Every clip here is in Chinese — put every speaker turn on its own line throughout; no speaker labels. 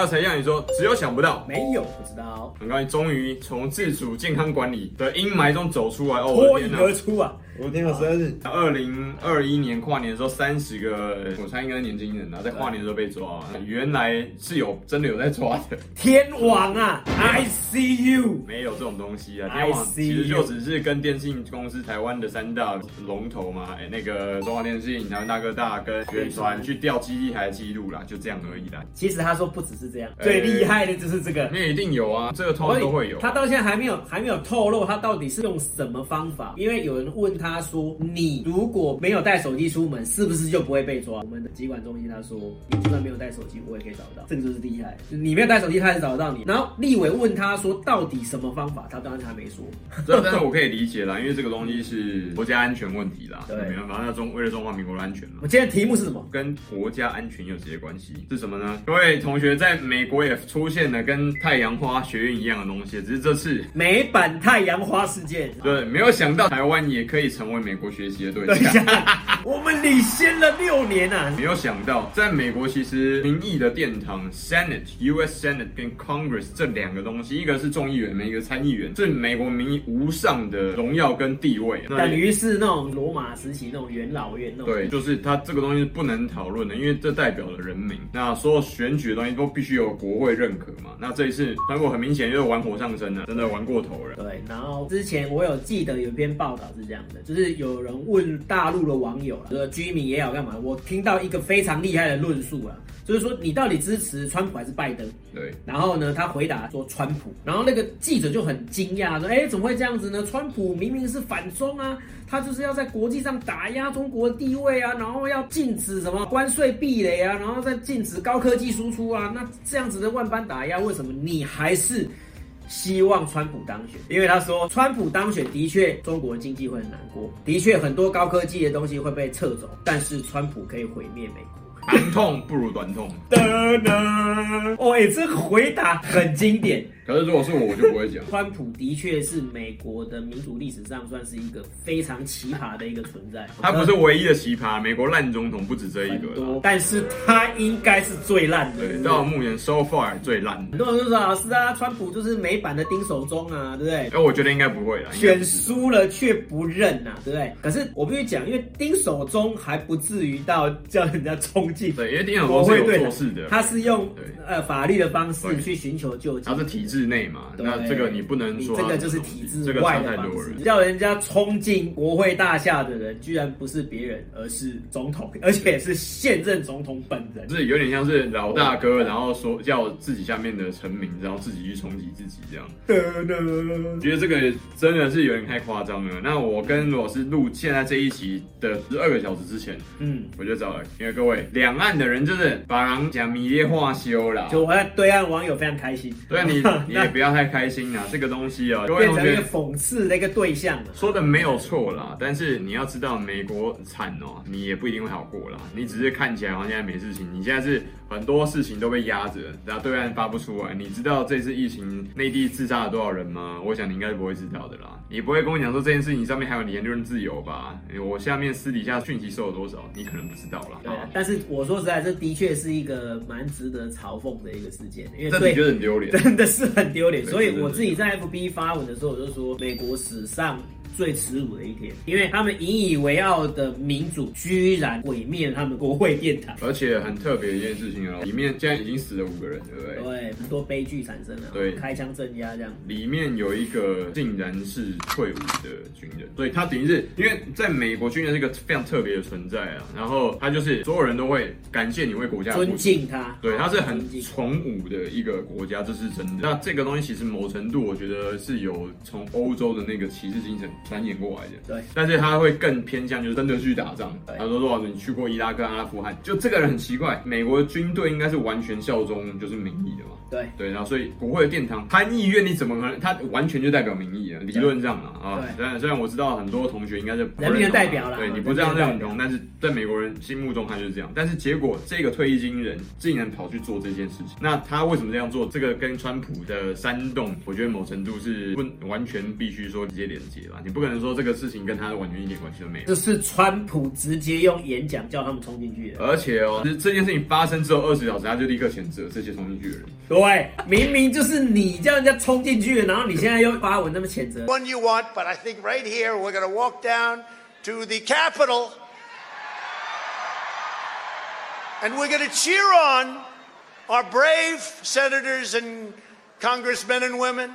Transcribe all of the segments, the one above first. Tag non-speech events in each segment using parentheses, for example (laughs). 有谁让你说只有想不到？
没有不知道，
很高兴终于从自主健康管理的阴霾中走出来哦！
脱
我的
颖
天
而
哪！
出啊！
我的天我实在是
二零二一年跨年的时候，三十个我猜应该是年轻人啊，在跨年的时候被抓，原来是有真的有在抓的， (laughs)
天王啊，I see you。
没有这种东西啊！
I
天网
see
其实就只是跟电信公司台湾的三大龙头嘛，哎、那个中华电信、台湾大哥大跟远传去调基地台的记录啦，就这样而已啦。
其实他说不只是这样，
哎
最厉害的就是这个。
那一定有啊，这个通常都会有。
他到现在还没有还没有透露他到底是用什么方法，因为有人问他说：“你如果没有带手机出门，是不是就不会被抓？”我们的疾管中心他说：“你就算没有带手机，我也可以找得到。”这个就是厉害，就是你没有带手机，他也找得到你。然后立委问他说：“到底什么方法？”他当然还没说。
(laughs) 这但是我可以理解啦，因为这个东西是国家安全问题啦，
对
没办法，那中为了中华民国的安全嘛
我。今天的题目是什么？
跟国家安全有直接关系是什么呢？各位同学，在美国也出现了跟太阳花学院一样的东西，只是这次
美版太阳花事件。
对没有想到台湾也可以成为美国学习的对
等一
象。
下，我们领先了六年啊！
(laughs) 没有想到，在美国其实民意的殿堂 Senate、U.S. Senate 跟 Congress 这两个东西，一个是众议员，一个参议员，是美国民意无上的荣耀跟地位啊。那
等于是那种罗马时期那种元老院那种。
对，就是它这个东西是不能讨论的，因为这代表了人民。那所有选举的东西都必须有国会认可嘛。那这一次韩国很明显就是玩火上身了，啊真的玩过头了。
对，然后之前我有记得有一篇报道是这样的，就是有人问大陆的网友了，就是居民也好干嘛，我听到一个非常厉害的论述啊，就是说你到底支持川普还是拜登？
对，
然后呢，他回答说川普，然后那个记者就很惊讶说，哎，怎么会这样子呢？川普明明是反中啊，他就是要在国际上打压中国地位啊，然后要禁止什么关税壁垒啊，然后再禁止高科技输出啊，那这样子的万般打压，为什么你还是？希望川普当选，因为他说川普当选的确中国经济会很难过，的确很多高科技的东西会被撤走，但是川普可以毁灭美国。
长痛不如短痛。
噔噔！哦，哎、这个回答很经典。。
可是如果是我，我就不会讲
川普的确是美国的民主历史上算是一个非常奇葩的一个存在，
(laughs) 他不是唯一的奇葩，美国烂总统不止这一
很
个
多
啦。，
但是他应该是最烂的。
对，到目前 so far 最烂。
很多人就说老师啊，川普就是美版的丁守中啊，对不对？
哎，我觉得应该不会啦。应该
选输了却不认呐、啊，对不对？可是我必须讲，因为丁守中还不至于到叫人家冲进
对，因为丁小
国
龙是
会
有
队
做事的，
他是用
对
呃法律的方式
对
去寻求救济
他。是体制内嘛，
对
那这个你不能
你
说
这
他
个
是
就是
什么
体
东西
制
这个
外
差
的
太
方
多了
式，。叫人家冲进国会大厦的人，居然不是别人，而是总统，而且是现任总统本人。
就是有点像是老大哥，然后说叫自己下面的臣民，然后自己去冲击自己这样。
噔噔
觉得这个真的是有点太夸张了。那我跟罗老师录现在这一集的十二个小时之前，
(laughs) 嗯，
我就找了，因为各位两岸的人就是把人讲迷恋话修啦。
就我在对岸网友非常开心，
所以你你也
那
不要太开心啦，这个东西啊，各位
变
同
成一个
学。
讽刺的一个对象了。
说的没有错啦，但是你要知道，美国惨哦，你也不一定会好过啦。你只是看起来好像现在没事情，你现在是很多事情都被压着，然后对岸发不出来。你知道这次疫情内地自杀了多少人吗？我想你应该是不会知道的啦。你不会跟我讲说这件事情上面还有你言论自由吧？我下面私底下讯息收了多少，你可能不知道啦。哦
对啊，但是我说实在，这的确是一个蛮值得嘲讽的一个事件，因为
这
对
你觉得很丢脸？
(laughs) 真的是很丢脸。
对
所以
真的
我
是
自己在 FB 发文的时候，我就说美国史上最耻辱的一天，因为他们引以为傲的民主居然毁灭了他们国会殿堂。
而且很特别的一件事情哦，里面现在已经死了五个人，对不对？
对，很多悲剧产生了，
对
开枪镇压这样。
里面有一个竟然是退伍的军人，所以他等于是因为在美国军人是一个非常特别的存在啊，然后他就是所有人都会感谢你为国家付出
尊。敬他，
啊对，他是很
尊敬
崇武的一个国家，这是真的。那这个东西其实某程度我觉得是有从欧洲的那个骑士精神繁衍过来的。
对，
但是他会更偏向就是真的去打仗。
对
他说多少你去过伊拉克、阿富汗，就这个人很奇怪，美国军队应该是完全效忠就是民意的嘛。
对
对，然后所以国会的殿堂参议院，你怎么可能？它完全就代表民意啊，理论上啊啊。
对
虽然虽然我知道很多同学应该是不
人民的
认同啊
代表啦
对
嗯
你不这样认
人民的代
同，但是在美国人心目中他就是这样。但是结果这个退役军人竟然跑去做这件事情，那他为什么这样做？这个跟川普的煽动，我觉得某程度是不完全必须说直接连接啦。你不可能说这个事情跟他完全一点关系都没有。
这是川普直接用演讲叫他们冲进去的。
而且哦，就是这件事情发生之后二十小时，他就立刻谴责这些同进去的人。
对，明明就是你叫人家冲进去的，然后你现在又发文那么谴责。
one you want, but I think right here we're going to walk down to the Capitol and we're going to cheer on our brave senators and congressmen and women.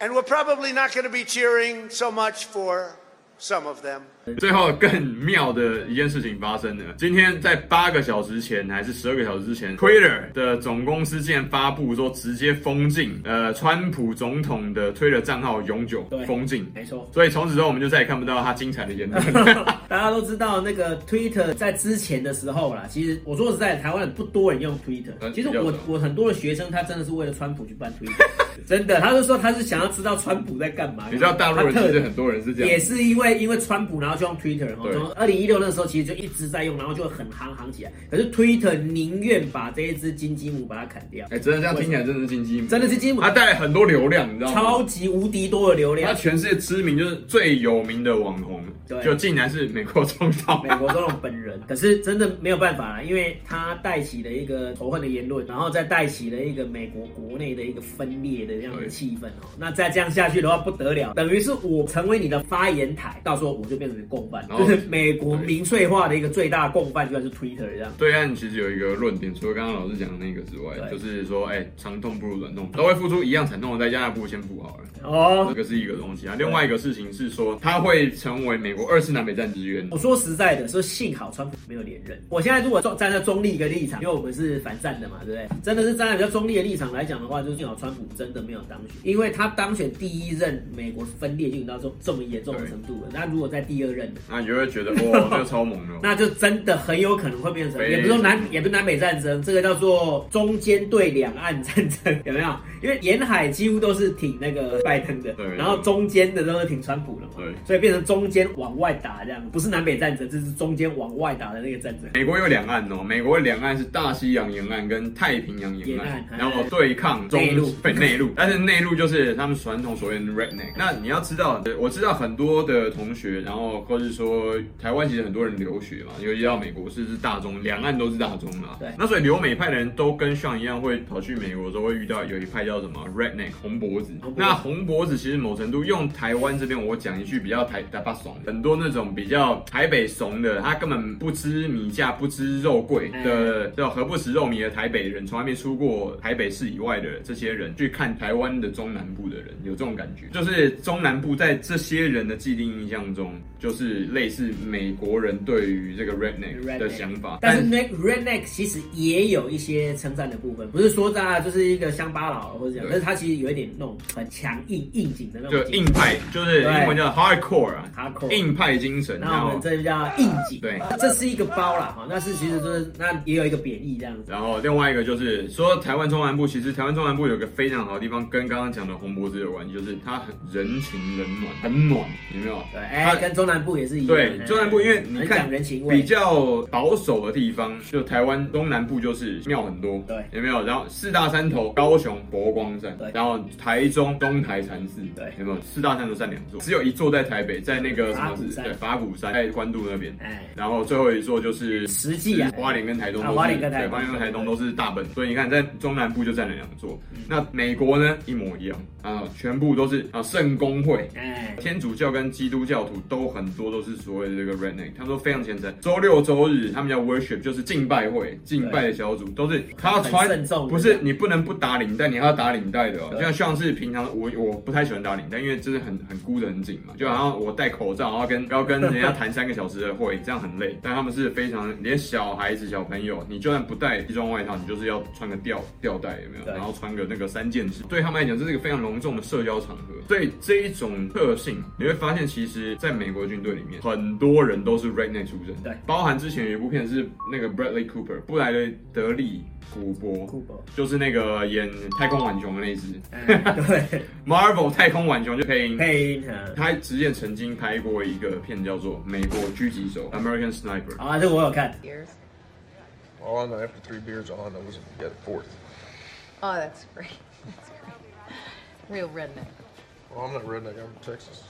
And we're probably not going to be cheering so much for some of them.
(laughs) 最后更妙的一件事情发生了，今天在八个小时前还是十二个小时之前，Twitter 的总公司竟然发布说直接封禁，呃，川普总统的 Twitter 账号永久
对
封禁。
没错，
所以从此之后，我们就再也看不到他精彩的言论。
(laughs) 大家都知道那个 Twitter 在之前的时候啦，其实我说实在，台湾不多人用 Twitter
嗯。
其实
比较
我
少
我很多的学生，他真的是为了川普去办 Twitter，真 (laughs) 的，他就说他是想要知道川普在干嘛。
你知道大陆人
他特
其实很多人是这
也
样，
是因为因为川普，然后就用 Twitter，然后
对
从二零一六那时候其实就一直在用，然后就很行行起来。可是 Twitter 宁愿把这一只金鸡母把它砍掉
哎、，真的这样听起来真的是金鸡母，
真的是金鸡母
他带来很多流量，你知道吗？
超级无敌多的流
他
量。
全世界知名就是最有名的网红
对，
就竟然是美国总统
美。国总统本人， (laughs) 可是真的没有办法啦，因为他带起了一个仇恨的言论，然后再带起了一个美国国内的一个分裂的这样的
对
气氛哦。那再这样下去的话不得了，等于是我成为你的发言台，到时候我就变成你的共犯，
然后
就是美国
对
民粹化的一个最大共犯，居然是 Twitter 这样。
对岸其实有一个论点，除了刚刚老师讲的那个之外，就
对
是说，哎、长痛不如短痛，都会付出一样惨痛的代价，那不如先付好了。
哦
这，个是一个东西啊，另外一个事情是说，它会成为美国二次南北战之冤
我。说实在的，说幸好川普没有连任。我现在如果站站在中立一个立场，因为我们是反战的嘛，对不对？真的是站在比较中立的立场来讲的话，就是幸好川普真的没有当选，因为他当选第一任，美国分裂就已经到这这么严重的程度了。那如果在第二任呢？
那你就会觉得，哇，这个超猛的。哦
那就真的很有可能会变成，
非
也不是说南，也不是南北战争，这个叫做中间对两岸战争， (laughs) 有没有？因为沿海几乎都是挺那个拜登的
对，
然后中间的都是挺川普的嘛，
对
所以变成中间往外打这样，不是南北战争，这是中间往外打的那个战争。
美国有两岸哦，美国两岸是大西洋沿岸跟太平洋沿岸
沿，岸
然后对抗中
内陆
对内陆，但是内陆就是他们传统所谓的 redneck。那你要知道，呃我知道很多的同学，然后或是说台湾其实很多人留学嘛，尤其到美国是是大中，两岸都是大中啦。
对
那所以留美派的人都跟像一样会跑去美国的时候会遇到有一派叫什么 redneck 红脖子
红脖子。
那红脖子其实某程度用台湾这边我讲一句比较台台巴怂的，很多那种比较台北怂的，他根本不知米价不知肉贵的叫何不食肉糜的台北人，从来没出过台北市以外的这些人去看台湾的中南部的人，有这种感觉，就是中南部在这些人的既定印象中，就是类似美国人对于这个 redneck 的
Redneck
想法，
但是 Red Redneck 其实也有一些称赞的部分，不是说大家就是一个乡巴佬或者讲，
对
但是他其实有一点那种很强硬应景的那
就
种精
硬
神
派，就是
对
英文叫 hardcore 啊
Hardcore
硬派精神，然
那我
后
们。这就叫应景，啊
对，
这是一个包啦，哦哈，那是其实就是那也有一个贬义这样子，
然后另外一个就是说，台湾中南部其实台湾中南部有个非常好的地方，跟刚刚讲的红脖子有关，就是它很人情冷暖，很暖，有没有？
对，哎，跟中南部也是一样，
啊对
哎
中南部，因为你
很
看
讲人情味，
比较保守的地方，就台湾东南部就是庙很多，
对
有没有？然后四大山头，高雄佛光山，
对
然后台中东台禅寺，
对
有没有？四大山头占两座，只有一座在台北，在那个什
法
么
鼓
寺，
山
对，法鼓山在关渡那边，
哎，
然后最后一座就是
实际啊
花莲跟台东都
啊
是，
花莲跟台
对
东嗯
花莲跟台东都是大本，所以你看在中南部就占了两座。那美国呢一模一样啊，全部都是啊圣公会。
哎， (laughs)
天主教跟基督教徒都很多都是所谓的这个 redneck，他们都非常虔诚。周六周日他们叫 worship，就是敬拜会、敬拜的小组，都是他要
很慎
穿
重，的
不是你不能不打领带，你还要打领带的、哦。
对
像像是平常我我不太喜欢打领带，因为真的很很箍得很紧嘛，就好像我戴口罩，然后跟要跟人家谈三个小时的会，这样很累。但他们是非常连小孩子、小朋友，你就算不戴西装外套，你就是要穿个吊吊带，有没有？
对
然后穿个那个三件习，对他们来讲这是一个非常隆重的社交场合。对这一种特性，你会发现其实在美国军队里面，很多人都是 redneck 出身，
对
包含之前有一部片是那个 Bradley Cooper 布莱德利古伯，
酷狗，
就是那个演太空浣熊的那一只
哎对，
(laughs) Marvel 太空浣熊就嗯配音。
配音啊，
他之前曾经拍过一个片叫做《美国狙击手》（American Sniper），
好啊，这个我有看，
years.
All I know after three beers, all I know is we got a fourth.
Oh, that's great. (laughs) That's great. Real redneck.
Well, I'm not redneck. I'm from Texas.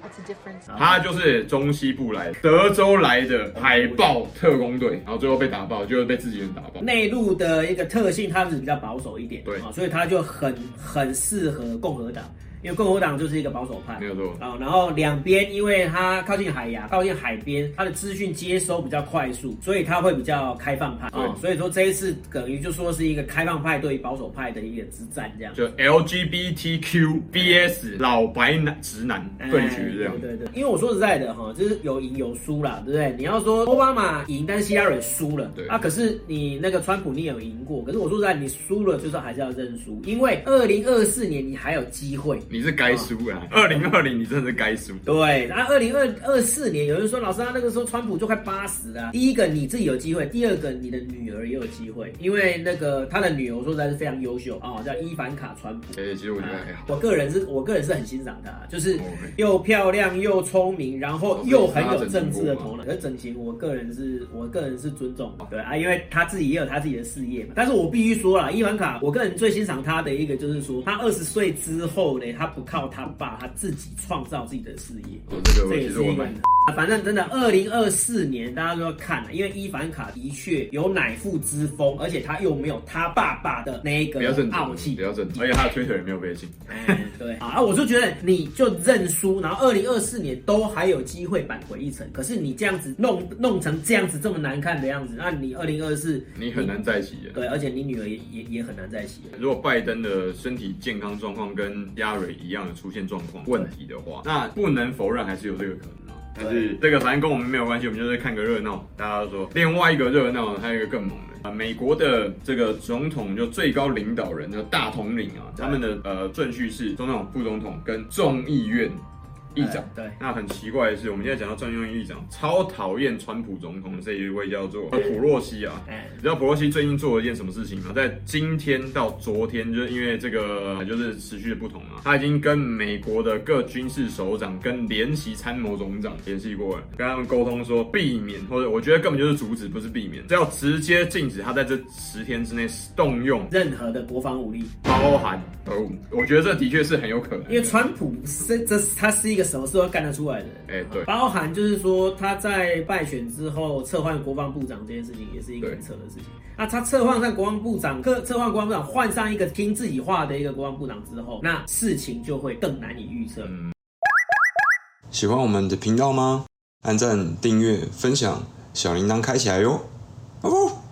What's the difference?
他就是中西部来德州来的海豹特工队，然后最后被打爆，就是被自己人打爆。
内陆的一个特性，它是比较保守一点，
对
啊，所以它就很很适合共和党，因为共和党就是一个保守派，
没有错
啊，然后两边因为它靠近海洋、靠近海边，它的资讯接收比较快速，所以它会比较开放派啊，
对
所以说这一次等于就说是一个开放派对于保守派的一个之战，这样。
就 LGBTQ BS 老白男直男对决这样
哎哎。对对对，因为我说实在的哈，就是有赢有输啦，对不对？你要说奥巴马赢，但是希拉蕊输了，
对
啊，可是你那个川普你也有赢过，可是我说实在，你输了就是还是要认输，因为二零二四年你还有机会。
你是该输啊！
哦
二零二零你真的是该输。
对，那二零二二四年，有人说老师，他啊那个时候川普就快八十了啊。第一个你自己有机会，第二个你的女儿也有机会，因为那个他的女儿我说实在是非常优秀啊、哦，叫伊凡卡川普。
哎、其实我觉得还好。
嗯我个人是我个人是很欣赏她，啊就是
哦
又漂亮又聪明，然后又很有政治的头
哦
脑。可是整形，我个人是我个人是尊重，对啊，因为她自己也有她自己的事业嘛。但是我必须说啦，伊万卡，我个人最欣赏她的一个就是说，她二十岁之后呢，她不靠她爸，她自己创造自己的事业。
我哦这个
这
我
也
其实
是
我
一个
蛮。
啊反正真的，二零二四年大家都要看啊了，因为伊凡卡的确有乃父之风，而且他又没有他爸爸的那一个
比较正
傲
常，
气
比，较正常，而且他的 Twitter 也没有被禁。
哎 (laughs) 对好啊，我就觉得你就认输，然后二零二四年都还有机会扳回一城。可是你这样子弄弄成这样子这么难看的样子，那你二零二四
你很难再起耶。
对，而且你女儿也也也很难再洗了。
如果拜登的身体健康状况跟亚蕊一样的出现状况问题的话，那不能否认还是有这个可能啊。但是这个反正跟我们没有关系，我们就是看个热闹。大家都说另外一个热闹，还有一个更猛的啊，美国的这个总统就最高领导人的大统领啊，他们的呃顺序是总统、副总统跟众议院。议长
哎对
那很奇怪的是，我们现在讲到众议院议长，超讨厌川普总统的这一位叫做普洛西啊，
哎，
你知道普洛西最近做了一件什么事情吗？在今天到昨天，就是因为这个就是持续的不同啊，他已经跟美国的各军事首长、跟联席参谋总长联系过了，跟他们沟通说避免，或者我觉得根本就是阻止，不是避免，这要直接禁止他在这十天之内动用，
任何的国防武力，
包含核武。我觉得这的确是很有可能的，
因为川普是这他是一个什么事都干得出来的人。
哎对
包含就是说他在败选之后撤换国防部长这件事情，也是一个很扯的事情。那他撤换上国防部长，撤撤换国防部长，换上一个听自己话的一个国防部长之后，那事情就会更难以预测。
喜欢我们的频道吗？按赞、订阅、分享，小铃铛开起来哟！哦不。